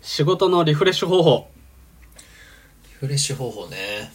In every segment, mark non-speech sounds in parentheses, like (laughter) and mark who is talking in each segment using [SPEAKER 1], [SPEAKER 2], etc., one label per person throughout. [SPEAKER 1] 仕事のリフレッシュ方法。
[SPEAKER 2] リフレッシュ方法ね。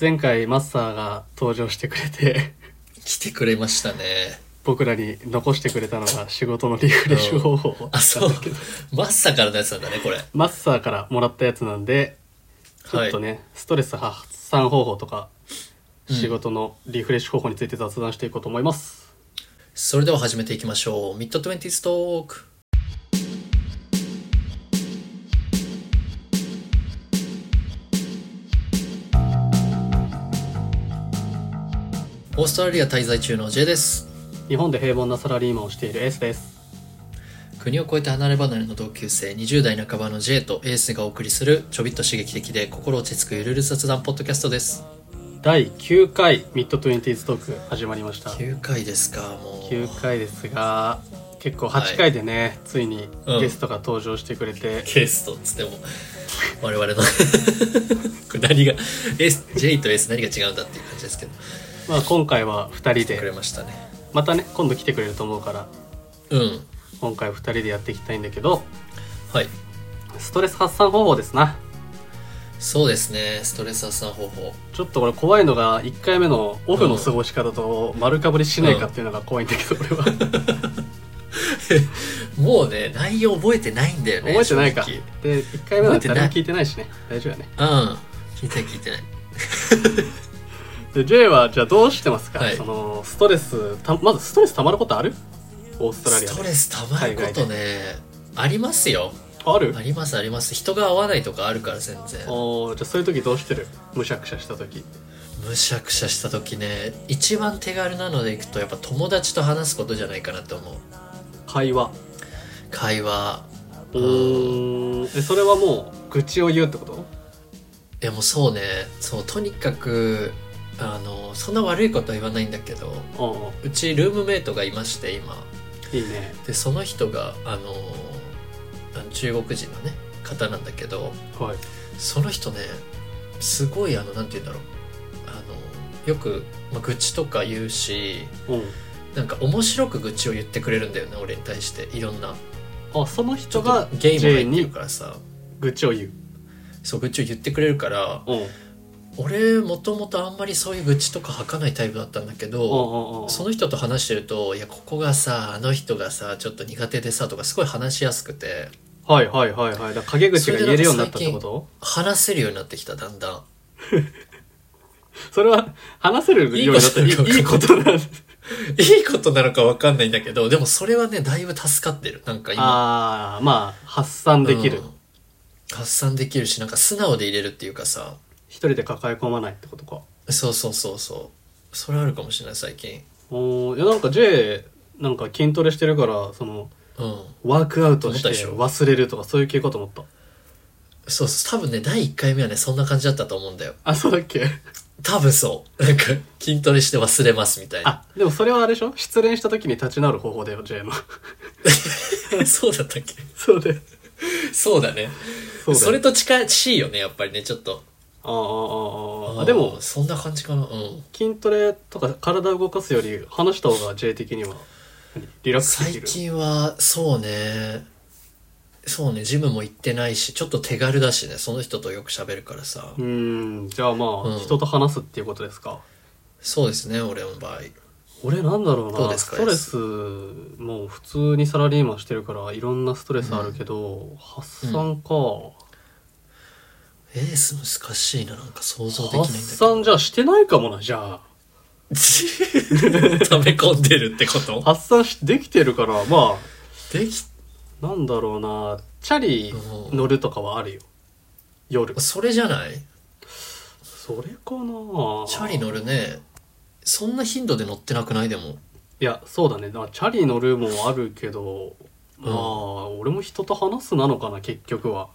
[SPEAKER 1] 前回マスターが登場してくれて、 (laughs)
[SPEAKER 2] 来てくれましたね。
[SPEAKER 1] 僕らに残してくれたのが仕事のリフレッシュ方法。
[SPEAKER 2] あ、そう。マッサからのやつなんだね、これ。
[SPEAKER 1] マスターからもらったやつなんで、ちょ
[SPEAKER 2] は
[SPEAKER 1] っ
[SPEAKER 2] い
[SPEAKER 1] と。ね、ストレス発散方法とか、
[SPEAKER 2] うん
[SPEAKER 1] 仕事のリフレッシュ方法について雑談していこうと思います。
[SPEAKER 2] それでは始めていきましょう。ミッドトゥエンティストーク。オーストラリア滞在中の J です。
[SPEAKER 1] 日本で平凡なサラリーマンをしている S です。
[SPEAKER 2] 国を越えて離れ離れの同級生20代半ばの J とエースがお送りするちょびっと刺激的で心落ち着くゆるる雑談ポッドキャストです
[SPEAKER 1] 第9回ミッドトゥエンティーズトーク始まりました。
[SPEAKER 2] 9回ですかもう
[SPEAKER 1] 9回ですが、結構
[SPEAKER 2] は
[SPEAKER 1] 8
[SPEAKER 2] い
[SPEAKER 1] 回でね、ついに
[SPEAKER 2] うん
[SPEAKER 1] ゲストが登場してくれて、
[SPEAKER 2] ゲストっつっても我々の (laughs) これ何が S J と S 何が違うんだっていう感じですけど
[SPEAKER 1] まあ今回は2人
[SPEAKER 2] くれ
[SPEAKER 1] で
[SPEAKER 2] ましたね
[SPEAKER 1] またね今度来てくれると思うから
[SPEAKER 2] うん
[SPEAKER 1] 今回2人でやっていきたいんだけど
[SPEAKER 2] はい
[SPEAKER 1] ストレス発散方法ですな
[SPEAKER 2] そうですねストレス発散方法
[SPEAKER 1] ちょっとこれ怖いのが1回目のオフの過ごし方と丸かぶりしないかっていうのが怖いんだ
[SPEAKER 2] (laughs)
[SPEAKER 1] けど俺は
[SPEAKER 2] もうね内容覚えてないんだよね
[SPEAKER 1] 覚えてないか
[SPEAKER 2] 正
[SPEAKER 1] で1回目は誰も聞いてないしね大丈夫やね
[SPEAKER 2] 直うん聞いてない聞いてない
[SPEAKER 1] で J はじゃあどうしてますか、
[SPEAKER 2] はい
[SPEAKER 1] そのストレスたまずストレスたまることあるオーストラリ
[SPEAKER 2] ス
[SPEAKER 1] ア
[SPEAKER 2] ト
[SPEAKER 1] で
[SPEAKER 2] レスたまること
[SPEAKER 1] 海外
[SPEAKER 2] ねありますよ
[SPEAKER 1] ある、
[SPEAKER 2] ありますあります人が合わないとかあるから全然
[SPEAKER 1] おーじゃあそういう時どうしてるむしゃくしゃした時
[SPEAKER 2] むしゃくしゃした時ね一番手軽なのでいくとやっぱ友達と話すことじゃないかなと思う
[SPEAKER 1] 会話
[SPEAKER 2] 会話
[SPEAKER 1] うーんえそれはもう愚痴を言うってこと
[SPEAKER 2] いやもうそうねそうとにかくあのそんな悪いことは言わないんだけど
[SPEAKER 1] お
[SPEAKER 2] うちルームメイトがいまして今
[SPEAKER 1] いいね
[SPEAKER 2] でその人があのあの中国人のね方なんだけど
[SPEAKER 1] はい
[SPEAKER 2] その人ねすごいあのなんて言うんだろうあのよく、まあ、愚痴とか言うし
[SPEAKER 1] う
[SPEAKER 2] なんか面白く愚痴を言ってくれるんだよね俺に対していろんなん
[SPEAKER 1] あその
[SPEAKER 2] ち
[SPEAKER 1] 人
[SPEAKER 2] ょっと
[SPEAKER 1] が
[SPEAKER 2] ゲイ
[SPEAKER 1] J
[SPEAKER 2] も入ってる
[SPEAKER 1] に
[SPEAKER 2] からさ
[SPEAKER 1] 愚痴を言う
[SPEAKER 2] そう愚痴を言ってくれるから
[SPEAKER 1] うんうん
[SPEAKER 2] 俺もともとあんまりそういう愚痴とか吐かないタイプだったんだけど
[SPEAKER 1] うんうん
[SPEAKER 2] その人と話してると「いやここがさあの人がさちょっと苦手でさ」とかすごい話しやすくて
[SPEAKER 1] はいはいはいはいだから陰口が言えるようになったってこと
[SPEAKER 2] 話せるようになってきただんだん
[SPEAKER 1] それは話せるようになったい
[SPEAKER 2] い
[SPEAKER 1] い
[SPEAKER 2] いこと
[SPEAKER 1] いいことなん
[SPEAKER 2] いいことなのか分かんないんだけどでもそれはねだいぶ助かってるなんか今
[SPEAKER 1] ああまあ発散できる、
[SPEAKER 2] うん発散できるしなんか素直でいれるっていうかさ
[SPEAKER 1] 一人で抱え込まないってことか
[SPEAKER 2] そうそうそうそうそれあるかもしれない最近
[SPEAKER 1] おーいやなんか J なんか筋トレしてるからその
[SPEAKER 2] うん
[SPEAKER 1] ワークアウトし
[SPEAKER 2] 思った
[SPEAKER 1] て
[SPEAKER 2] でしょ
[SPEAKER 1] 忘れるとかそういう系かと思った
[SPEAKER 2] そうそう多分ね第1回目はねそんな感じだったと思うんだよ
[SPEAKER 1] あそうだっけ
[SPEAKER 2] 多分そうなんか筋トレして忘れますみたいな
[SPEAKER 1] あでもそれはあれでしょ失恋した時に立ち直る方法だよ J の (laughs)
[SPEAKER 2] (laughs) そうだったっけ
[SPEAKER 1] そうだよ
[SPEAKER 2] そうだね
[SPEAKER 1] そ
[SPEAKER 2] そう
[SPEAKER 1] だよ
[SPEAKER 2] れと近しいよねやっぱりねちょっと
[SPEAKER 1] ああああああ
[SPEAKER 2] う
[SPEAKER 1] あ
[SPEAKER 2] ん
[SPEAKER 1] でも
[SPEAKER 2] そんな感じかなうん
[SPEAKER 1] 筋トレとか体を動かすより話した方が J 的には何リラックスでき
[SPEAKER 2] 最
[SPEAKER 1] る
[SPEAKER 2] 近はそうねそうねジムも行ってないしちょっと手軽だしねその人とよく喋るからさ、
[SPEAKER 1] うーんじゃあまあ、
[SPEAKER 2] うん
[SPEAKER 1] 人と話すっていうことですか
[SPEAKER 2] そうですね俺の場合
[SPEAKER 1] 俺なんだろうな
[SPEAKER 2] どうですか
[SPEAKER 1] ストレスもう普通にサラリーマンしてるからいろんなストレスあるけど、発散か、
[SPEAKER 2] エース難しいななんか想像できないんだ
[SPEAKER 1] 発
[SPEAKER 2] けど
[SPEAKER 1] 散じゃあしてないかもなじゃあ
[SPEAKER 2] (laughs) 溜め込んでるってこと
[SPEAKER 1] 発散しできてるからま
[SPEAKER 2] でき
[SPEAKER 1] あなんだろうなチャリ乗るとかはあるよ夜
[SPEAKER 2] それじゃない
[SPEAKER 1] それかな
[SPEAKER 2] チャリ乗るねそんな頻度で乗ってなくないでも
[SPEAKER 1] いやそうだねまあチャリ乗るもあるけど、
[SPEAKER 2] ん
[SPEAKER 1] まあ俺も人と話すなのかな結局は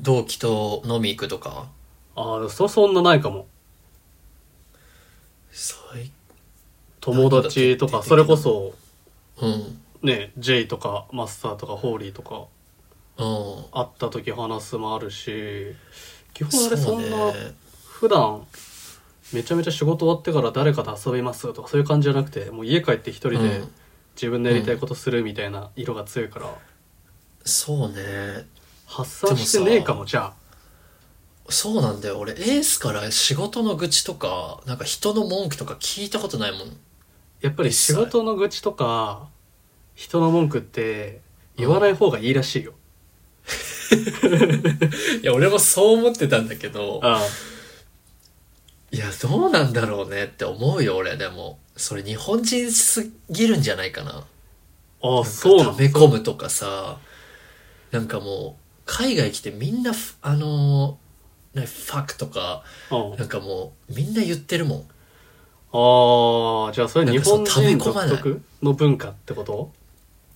[SPEAKER 2] 同期と飲み行くとか
[SPEAKER 1] ああそそんなないかも
[SPEAKER 2] 最
[SPEAKER 1] 友達とか
[SPEAKER 2] なんだ
[SPEAKER 1] それこそ
[SPEAKER 2] うんうん
[SPEAKER 1] ね J とかマスターとかホーリーとか会った時話すもあるし基本俺そ
[SPEAKER 2] そうん
[SPEAKER 1] な
[SPEAKER 2] ね
[SPEAKER 1] 普段めちゃめちゃ仕事終わってから誰かと遊びますとかそういう感じじゃなくてもう家帰って一人
[SPEAKER 2] う
[SPEAKER 1] で
[SPEAKER 2] ん
[SPEAKER 1] 自分のやりたいことするみたいな色が強いから、
[SPEAKER 2] そうね
[SPEAKER 1] 発散してねえかもじゃ
[SPEAKER 2] そうなんだよ俺エースから仕事の愚痴とかなんか人の文句とか聞いたことないもん
[SPEAKER 1] あやっぱり仕事の愚痴とか人の文句って言わない方がいいらしいよ、
[SPEAKER 2] いや俺もそう思ってたんだけど
[SPEAKER 1] あ
[SPEAKER 2] いやどうなんだろうねって思うよ俺でもそれ日本人すぎるんじゃないかな
[SPEAKER 1] ああ
[SPEAKER 2] なんか
[SPEAKER 1] そうな
[SPEAKER 2] 溜
[SPEAKER 1] ん
[SPEAKER 2] め
[SPEAKER 1] だ
[SPEAKER 2] 込むとかさなんかもう海外来てみんなふあのーねファクとか
[SPEAKER 1] うん
[SPEAKER 2] なんかもうみんな言ってるもん
[SPEAKER 1] ああじゃあそれ日本
[SPEAKER 2] なん
[SPEAKER 1] 人
[SPEAKER 2] かそう溜め込まな
[SPEAKER 1] 独
[SPEAKER 2] い
[SPEAKER 1] 特の文化ってこと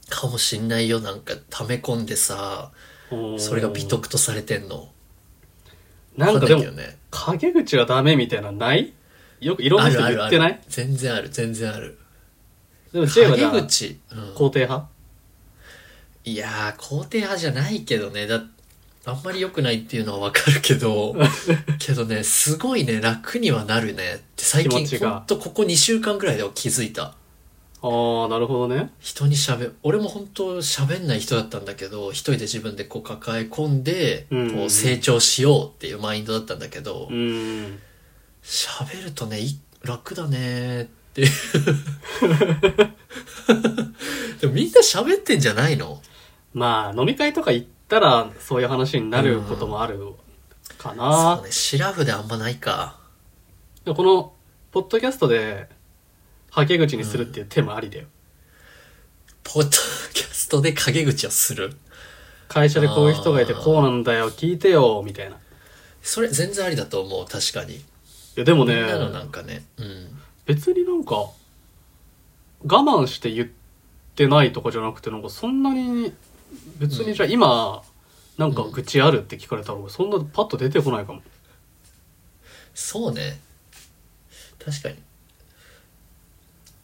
[SPEAKER 2] かもしんないよなんか溜め込んでさ
[SPEAKER 1] うん
[SPEAKER 2] それが美徳とされてんの
[SPEAKER 1] なんかで
[SPEAKER 2] わ
[SPEAKER 1] も
[SPEAKER 2] んないけどね
[SPEAKER 1] 陰口はダメみたいなのないよくいろんな人
[SPEAKER 2] ある
[SPEAKER 1] 言
[SPEAKER 2] あ
[SPEAKER 1] っ
[SPEAKER 2] る
[SPEAKER 1] てな
[SPEAKER 2] ある
[SPEAKER 1] い
[SPEAKER 2] 全然ある全然ある
[SPEAKER 1] でも J はじゃ
[SPEAKER 2] 陰
[SPEAKER 1] あ肯
[SPEAKER 2] 口、うん
[SPEAKER 1] 定派
[SPEAKER 2] いやー肯定派じゃないけどねだあんまり良くないっていうのはわかるけ
[SPEAKER 1] (laughs)
[SPEAKER 2] どけどねすごいね楽にはなるねって最
[SPEAKER 1] 気持
[SPEAKER 2] 近
[SPEAKER 1] ち
[SPEAKER 2] ほ
[SPEAKER 1] が
[SPEAKER 2] んとここ2週間ぐらいでは気づいた
[SPEAKER 1] ああなるほどね
[SPEAKER 2] 人に喋俺も本当喋んない人だったんだけど一人で自分でこう抱え込んで、
[SPEAKER 1] うん
[SPEAKER 2] こう成長しようっていうマインドだったんだけど
[SPEAKER 1] うん
[SPEAKER 2] 喋、るとねい楽だねって
[SPEAKER 1] (laughs)
[SPEAKER 2] でもみんな喋ってんじゃないの
[SPEAKER 1] まあ飲み会とか行ったらそういう話になることもあるか
[SPEAKER 2] そう
[SPEAKER 1] な、
[SPEAKER 2] ねシラフであんまないか
[SPEAKER 1] でもこのポッドキャストではけ口にするっていう手もありだよ、
[SPEAKER 2] ポッドキャストで陰口をする。
[SPEAKER 1] 会社でこういう人がいてこうなんだよ聞いてよみたいない
[SPEAKER 2] それ全然ありだと思う、確かに。
[SPEAKER 1] やでもね
[SPEAKER 2] みんなのなんかね、うん。
[SPEAKER 1] 別になんか我慢して言ってないとかじゃなくてなんかそんなに別にじゃあ今なんか愚痴あるって聞かれたらそんなパッと出てこないかも
[SPEAKER 2] そうね。確かに。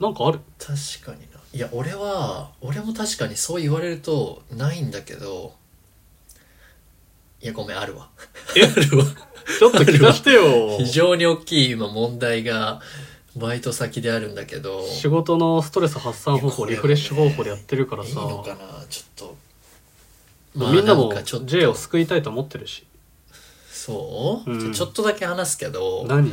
[SPEAKER 1] なんかある
[SPEAKER 2] 確かにな。いや、俺は、俺も確かにそう言われるとないんだけど、いや、ごめん、あるわ。
[SPEAKER 1] え
[SPEAKER 2] (laughs) あるわ。
[SPEAKER 1] ちょっと聞かしてよ
[SPEAKER 2] 非常に大きい今問題が、バイト先であるんだけど、
[SPEAKER 1] 仕事のストレス発散方
[SPEAKER 2] いやこ
[SPEAKER 1] 法
[SPEAKER 2] れはね
[SPEAKER 1] リフレッシュ方法でやってるから
[SPEAKER 2] いい
[SPEAKER 1] さ
[SPEAKER 2] のかな、ちょっと。
[SPEAKER 1] みんなも
[SPEAKER 2] かちょっと
[SPEAKER 1] J を救いたいと思ってるし
[SPEAKER 2] そう、
[SPEAKER 1] うん
[SPEAKER 2] じゃあちょっとだけ話すけど、
[SPEAKER 1] 何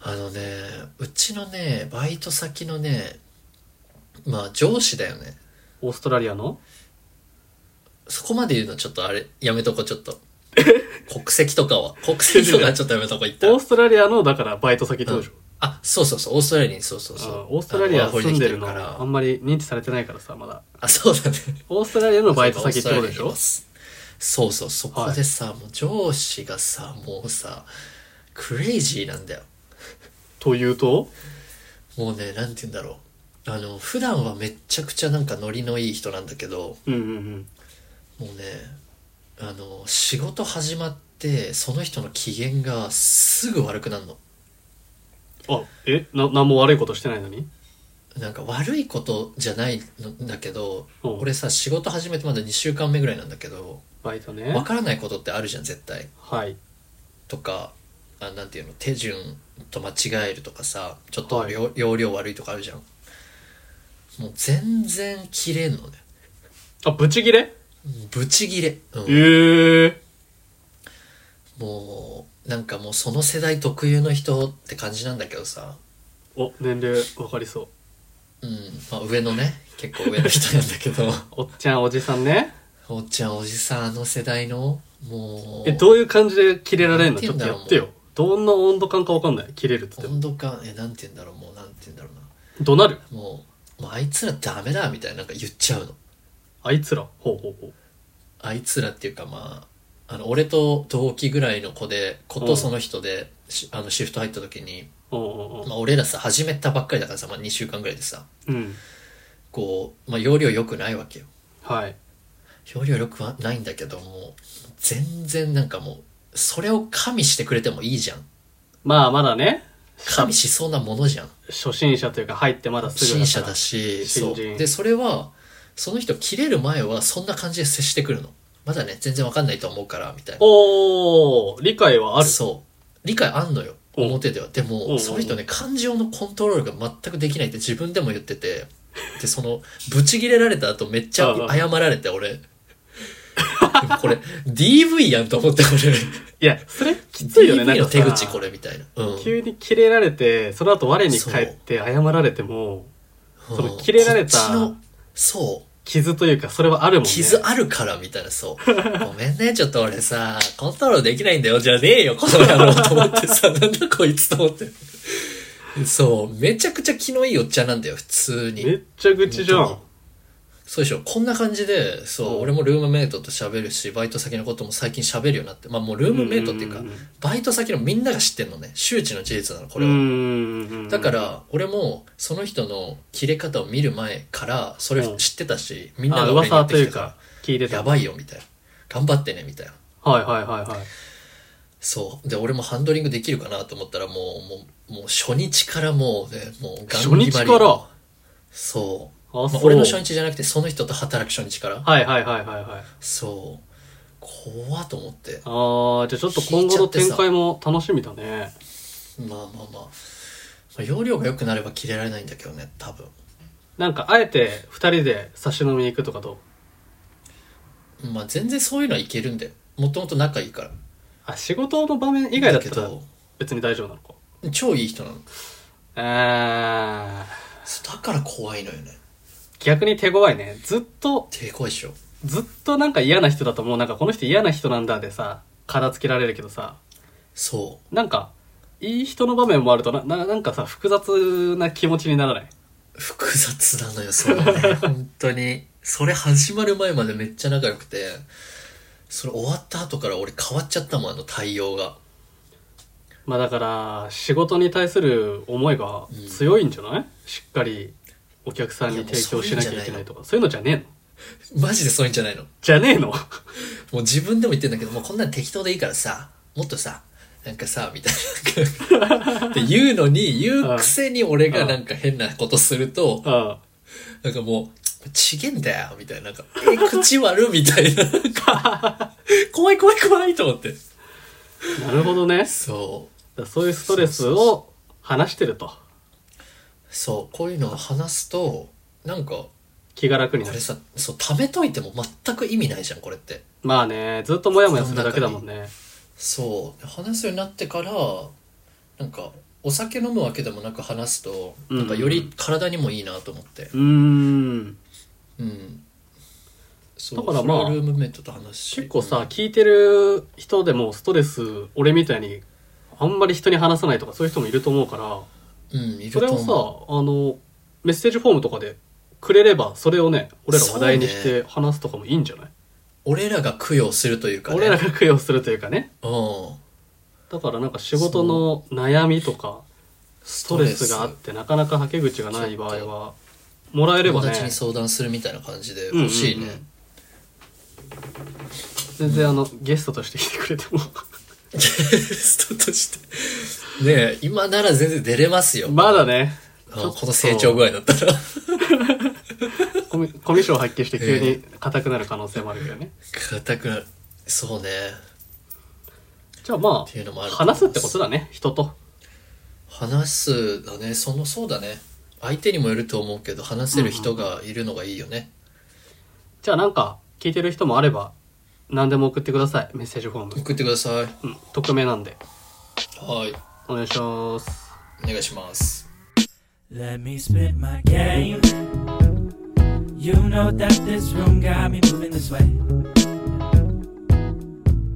[SPEAKER 2] あのね、うちのね、バイト先のね、まあ上司だよね。
[SPEAKER 1] オーストラリアの
[SPEAKER 2] そこまで言うのちょっとあれ、やめとこちょっ
[SPEAKER 1] (laughs)
[SPEAKER 2] と。国籍とかは。国籍とかはちょっとやめとこ一
[SPEAKER 1] オー
[SPEAKER 2] 旦。
[SPEAKER 1] ストラリアのだからバイト先ってことでしょ、
[SPEAKER 2] あ、そうそうそう、オーストラリアにそうそうそう
[SPEAKER 1] あ。オーストラリ
[SPEAKER 2] あ
[SPEAKER 1] ア
[SPEAKER 2] のワーホ
[SPEAKER 1] 住ん
[SPEAKER 2] リ
[SPEAKER 1] で
[SPEAKER 2] 来
[SPEAKER 1] る
[SPEAKER 2] て
[SPEAKER 1] の
[SPEAKER 2] から
[SPEAKER 1] あんまり認知されてないからさまだ
[SPEAKER 2] あ、そうだね。
[SPEAKER 1] オーストラリアのバイト先ってことでし
[SPEAKER 2] オー
[SPEAKER 1] ょ
[SPEAKER 2] ストラリアにいますそうそう、そこでさ、もう上司がさ、もうさ、クレイジーなんだよ。
[SPEAKER 1] というと
[SPEAKER 2] もうね、なんて言うんだろう。あの、普段はめっちゃくちゃなんかノリのいい人なんだけど、
[SPEAKER 1] うんうん
[SPEAKER 2] もうねあの仕事始まってその人の機嫌がすぐ悪くなるの
[SPEAKER 1] うんあえな何も悪いことしてないのに
[SPEAKER 2] なんか悪いことじゃないんだけど
[SPEAKER 1] うん
[SPEAKER 2] 俺さ仕事始めてまだ2週間目ぐらいなんだけど
[SPEAKER 1] バイト
[SPEAKER 2] わ
[SPEAKER 1] ね
[SPEAKER 2] からないことってあるじゃん絶対
[SPEAKER 1] はい
[SPEAKER 2] とかあなんていうの手順と間違えるとかさちょっと量,、容量悪いとかあるじゃんもう全然切れんのね
[SPEAKER 1] あブチギレ
[SPEAKER 2] ブチギレ、うん
[SPEAKER 1] ええ
[SPEAKER 2] もうなんかもうその世代特有の人って感じなんだけどさ
[SPEAKER 1] お年齢わかりそう
[SPEAKER 2] うん、まあ上のね、結構上の人なんだ
[SPEAKER 1] (laughs)
[SPEAKER 2] けど、
[SPEAKER 1] おっちゃんおじさんね
[SPEAKER 2] おっちゃんおじさんあの世代の、もう、
[SPEAKER 1] えどういう感じでキレられるの
[SPEAKER 2] なんて
[SPEAKER 1] ちょっ
[SPEAKER 2] 言うん
[SPEAKER 1] と
[SPEAKER 2] だ
[SPEAKER 1] や
[SPEAKER 2] ろう
[SPEAKER 1] ってよどんな温度感かわかんないキレるっつっても
[SPEAKER 2] 温度感、え、なんて言うんだろう、もう、なんて言うんだろうな。
[SPEAKER 1] 怒鳴る
[SPEAKER 2] もう、もうあいつらダメだ、みたいな、なんか言っちゃうの。
[SPEAKER 1] あいつらほうほうほう
[SPEAKER 2] あいつらっていうかまあ、あの、俺と同期ぐらいの子で、子
[SPEAKER 1] う
[SPEAKER 2] と
[SPEAKER 1] ん
[SPEAKER 2] その人で、しあの、シフト入った時に、
[SPEAKER 1] うんうん
[SPEAKER 2] まあ俺らさ、始めたばっかりだからさ、まあ2週間ぐらいでさ、
[SPEAKER 1] うんうん
[SPEAKER 2] こう、まあ容量良くないわけよ。
[SPEAKER 1] はい
[SPEAKER 2] 表量力はないんだけども全然なんかもうそれを加味してくれてもいいじゃん
[SPEAKER 1] まあまだね
[SPEAKER 2] 加味しそうなものじ
[SPEAKER 1] (laughs)
[SPEAKER 2] ゃん
[SPEAKER 1] 初心者というか入ってまだすぐ
[SPEAKER 2] 新車だ
[SPEAKER 1] し
[SPEAKER 2] し
[SPEAKER 1] 新
[SPEAKER 2] そう
[SPEAKER 1] 人
[SPEAKER 2] でそれはその人切れる前はそんな感じで接してくるのまだね全然わかんないと思うからみたいな
[SPEAKER 1] おー理解はある
[SPEAKER 2] そう理解あんのよ
[SPEAKER 1] うん
[SPEAKER 2] 表ではで
[SPEAKER 1] うんう
[SPEAKER 2] も
[SPEAKER 1] ん
[SPEAKER 2] その人ね感情のコントロールが全くできないって自分でも言っててでそのブチギレられた後めっちゃ謝られて俺これ DV やんと思って俺
[SPEAKER 1] いやそれきついよねなん
[SPEAKER 2] DV の
[SPEAKER 1] か
[SPEAKER 2] 手
[SPEAKER 1] さ
[SPEAKER 2] 口これみたいな、うん、
[SPEAKER 1] 急にキレられてその後我に返って謝られてもその切れられた
[SPEAKER 2] こっちのそう
[SPEAKER 1] 傷というかそれはあるもんね
[SPEAKER 2] 傷あるからみたいな、そう。ごめんね、ちょっと俺さ、コントロールできないんだよ、じゃねえよ、この野郎と思ってさ、 (laughs) なんだこいつと思って。そう、めちゃくちゃ気のいいおっちゃんなんだよ、普通
[SPEAKER 1] め
[SPEAKER 2] に。
[SPEAKER 1] っちゃ愚痴じゃん
[SPEAKER 2] そうでしょ、こんな感じで、そうう、
[SPEAKER 1] ん
[SPEAKER 2] 俺もルームメイトと喋るし、バイト先のことも最近喋るようになって、まあもうルームメイトっていうか
[SPEAKER 1] んん、ん
[SPEAKER 2] バイト先のみんなが知ってんのね、周知の事実なの、これ
[SPEAKER 1] う
[SPEAKER 2] は。
[SPEAKER 1] んうんうん
[SPEAKER 2] だから、俺も、その人の切れ方を見る前から、それ知ってたし、みんな
[SPEAKER 1] あ
[SPEAKER 2] が俺に言
[SPEAKER 1] 噂
[SPEAKER 2] っ
[SPEAKER 1] とい
[SPEAKER 2] てきた
[SPEAKER 1] う
[SPEAKER 2] から
[SPEAKER 1] か。聞いてた
[SPEAKER 2] やばいよみたいな頑張ってねみたいな
[SPEAKER 1] はいはいはいはい
[SPEAKER 2] そうで俺もハンドリングできるかなと思ったらもうもうもう初日からもうねもうガンギバリ
[SPEAKER 1] 初日から
[SPEAKER 2] そう
[SPEAKER 1] あ
[SPEAKER 2] ま
[SPEAKER 1] そ
[SPEAKER 2] あ
[SPEAKER 1] う
[SPEAKER 2] 俺の初日じゃなくてその人と働く初日から
[SPEAKER 1] はいはいはいはいはい
[SPEAKER 2] そう怖っと思って
[SPEAKER 1] あーじゃあちょっと今後の展開も楽しみだね
[SPEAKER 2] まあまあまあ、まあ、容量が良くなれば切れられないんだけどね多分
[SPEAKER 1] なんかあえて二人で差し飲みに行くとかどう
[SPEAKER 2] まあ全然そういうのはいけるんだよもともと仲いいから
[SPEAKER 1] あ仕事の場面以外だった
[SPEAKER 2] け
[SPEAKER 1] ら
[SPEAKER 2] ど
[SPEAKER 1] 別に大丈夫なのか
[SPEAKER 2] 超いい人なの
[SPEAKER 1] えー、
[SPEAKER 2] そうだから怖いのよね
[SPEAKER 1] 逆に手強いねずっと
[SPEAKER 2] 手怖いでしょ
[SPEAKER 1] ずっとなんか嫌な人だともうなんかこの人嫌な人なんだでさ片付けられるけどさ
[SPEAKER 2] そう
[SPEAKER 1] なんかいい人の場面もあるとなななんかさ複雑な気持ちにならない
[SPEAKER 2] 複雑なのよ、それ (laughs) ね。本当に。それ始まる前までめっちゃ仲良くて、それ終わった後から俺変わっちゃったもん、あの対応が。
[SPEAKER 1] まあだから仕事に対する思いが強いんじゃない、しっかりお客さんに提供しなきゃいけないとかそういうのじゃねえの
[SPEAKER 2] マジでそういうんじゃないの。も
[SPEAKER 1] じゃねえの
[SPEAKER 2] う自分でも言ってんだけど、もうこんなん適当でいいからさ、もっとさ、なんかさ、みたいな。って言うのに、言うくせに俺がなんか変なことすると、
[SPEAKER 1] (laughs) うん
[SPEAKER 2] なんかもう、ちげんだよ、みたいな。なんか、え、口悪いみたいな。なんか怖い怖い怖いと思って。
[SPEAKER 1] なるほどねだか
[SPEAKER 2] そう。
[SPEAKER 1] らそういうストレスを話してると
[SPEAKER 2] そうこういうのを話すとなんかこ
[SPEAKER 1] 気が楽に
[SPEAKER 2] れ
[SPEAKER 1] なる
[SPEAKER 2] さそう貯めといても全く意味ないじゃんこれって
[SPEAKER 1] まあねずっとモヤモヤするだけだもんね
[SPEAKER 2] そう話すようになってからなんかお酒飲むわけでもなく話すと
[SPEAKER 1] うん
[SPEAKER 2] なんかより体にもいいなと思って
[SPEAKER 1] うーん
[SPEAKER 2] うんそう
[SPEAKER 1] だからまあ
[SPEAKER 2] それをルームメイトと話すし
[SPEAKER 1] 結構
[SPEAKER 2] う
[SPEAKER 1] さ
[SPEAKER 2] ん
[SPEAKER 1] 聞いてる人でもストレス俺みたいにあんまり人に話さないとかそういう人もいると思うから
[SPEAKER 2] うんいる
[SPEAKER 1] それ
[SPEAKER 2] と
[SPEAKER 1] を
[SPEAKER 2] 思う
[SPEAKER 1] さあのメッセージフォームとかでくれればそれをね俺ら話題にし
[SPEAKER 2] そう
[SPEAKER 1] て話すとかもいいんじゃない、
[SPEAKER 2] 俺らが供養するというかね
[SPEAKER 1] 俺らが供養するというかね
[SPEAKER 2] うん
[SPEAKER 1] だからなんか仕事の悩みとか
[SPEAKER 2] ス
[SPEAKER 1] ストレスがあってなかなかはけ口がない場合はもらえれ
[SPEAKER 2] 友
[SPEAKER 1] ばね
[SPEAKER 2] 達に相談するみたいな感じで欲しいね、
[SPEAKER 1] うんうんうん全然あのゲストとして来てくれても (laughs)
[SPEAKER 2] ゲストとして。ねえ、今なら全然出れますよ。
[SPEAKER 1] まだね
[SPEAKER 2] あの。この成長具合だったら。
[SPEAKER 1] コミコミュ障発揮して急に硬くなる可能性もあるけどね、
[SPEAKER 2] 硬くなる。そうね。
[SPEAKER 1] じゃあま
[SPEAKER 2] っていうのもあ
[SPEAKER 1] あ
[SPEAKER 2] る
[SPEAKER 1] 話すってことだね人と
[SPEAKER 2] 話すだね。その、そうだね。相手にもよると思うけど、話せる人がいるのがいいよね。
[SPEAKER 1] じゃあなんか聞いてる人もあれば何でも送ってくださいメッセージフォーム、
[SPEAKER 2] 送ってください。
[SPEAKER 1] うん、匿名なんで
[SPEAKER 2] はい。
[SPEAKER 1] お願いします
[SPEAKER 2] お願いします。
[SPEAKER 3] Let me spit my game. You know that this room got me moving this way.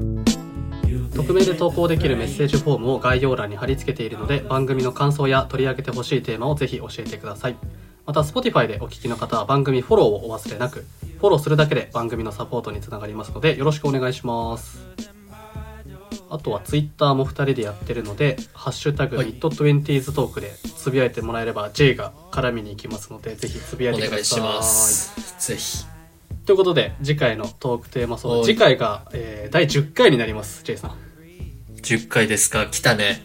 [SPEAKER 1] 匿名で投稿できるメッセージフォームを概要欄に貼り付けているので番組の感想や取り上げてほしいテーマをぜひ教えてくださいまた Spotify でお聞きの方は番組フォローをお忘れなくフォローするだけで番組のサポートにつながりますのでよろしくお願いしますあとは Twitter も2人でやってるので「ハッシュタグ
[SPEAKER 2] はい
[SPEAKER 1] ミッド 20s トーク」でつぶやいてもらえれば J が絡みに行きますのでぜひつぶや
[SPEAKER 2] お
[SPEAKER 1] いてく
[SPEAKER 2] 願
[SPEAKER 1] だ
[SPEAKER 2] いしま
[SPEAKER 1] さい
[SPEAKER 2] す。ぜひ。
[SPEAKER 1] ということで次回のトークテーマソン
[SPEAKER 2] はい
[SPEAKER 1] グ次回が、えー第10回になります J さん
[SPEAKER 2] 10回ですか来たね。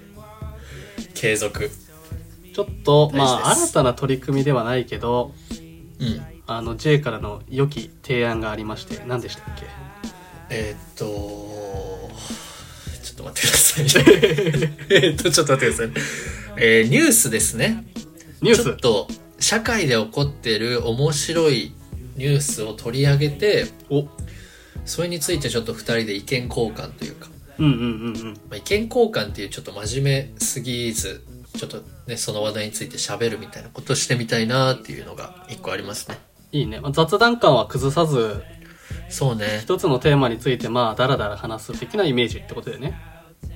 [SPEAKER 2] 継続。
[SPEAKER 1] ちょっと、
[SPEAKER 2] 大事
[SPEAKER 1] まあ、
[SPEAKER 2] です
[SPEAKER 1] 新たな取り組みではないけど、
[SPEAKER 2] うん。
[SPEAKER 1] あの、J からの良き提案がありまして、何でしたっけ
[SPEAKER 2] えーっと、ちょっと待ってください。 (laughs) えーっと、ちょっと待ってください。えーニュースですね。
[SPEAKER 1] ニュー
[SPEAKER 2] ちょっ
[SPEAKER 1] ス
[SPEAKER 2] と、社会で起こってる面白いニュースを取り上げて、
[SPEAKER 1] お、
[SPEAKER 2] それについてちょっと2人で意見交換というか、
[SPEAKER 1] うんうんうんうん
[SPEAKER 2] まあ、意見交換っていうちょっと真面目すぎずちょっとねその話題について喋るみたいなことしてみたいなっていうのが1個ありますね
[SPEAKER 1] いいね、まあ、雑談感は崩さず
[SPEAKER 2] そうね
[SPEAKER 1] 一つのテーマについてまあダラダラ話す的なイメージってことでね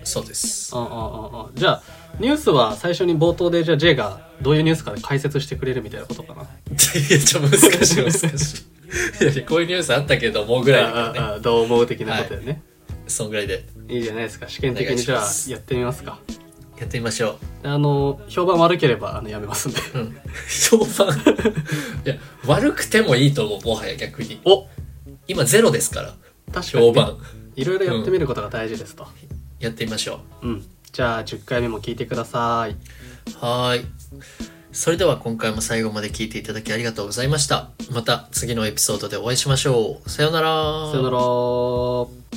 [SPEAKER 2] そうです
[SPEAKER 1] うんうんうんうんじゃあニュースは最初に冒頭でじゃあ J がどういうニュースかで解説してくれるみたいなことかない
[SPEAKER 2] やちょっと難しい難し (laughs) いいやいやこういうニュースあったけどもうぐらいだからね
[SPEAKER 1] あああどう思う的なことでね、
[SPEAKER 2] そんぐらいで
[SPEAKER 1] い、いじゃないですか試験的にじゃあやってみますか
[SPEAKER 2] やってみましょ
[SPEAKER 1] あの評判悪ければあのやめますんで
[SPEAKER 2] う、うん、評判いや悪くてもいいと思うもはや逆に
[SPEAKER 1] お
[SPEAKER 2] 今ゼロですから
[SPEAKER 1] 確かに
[SPEAKER 2] 評判 (laughs)
[SPEAKER 1] いろいろやってみることが大事ですと
[SPEAKER 2] やってみましょ
[SPEAKER 1] うん、じゃあ10回目も聞いてくださいう
[SPEAKER 2] はーいそれでは今回も最後まで聞いていただきありがとうございましたまた次のエピソードでお会いしましょうさようなら
[SPEAKER 1] さよなら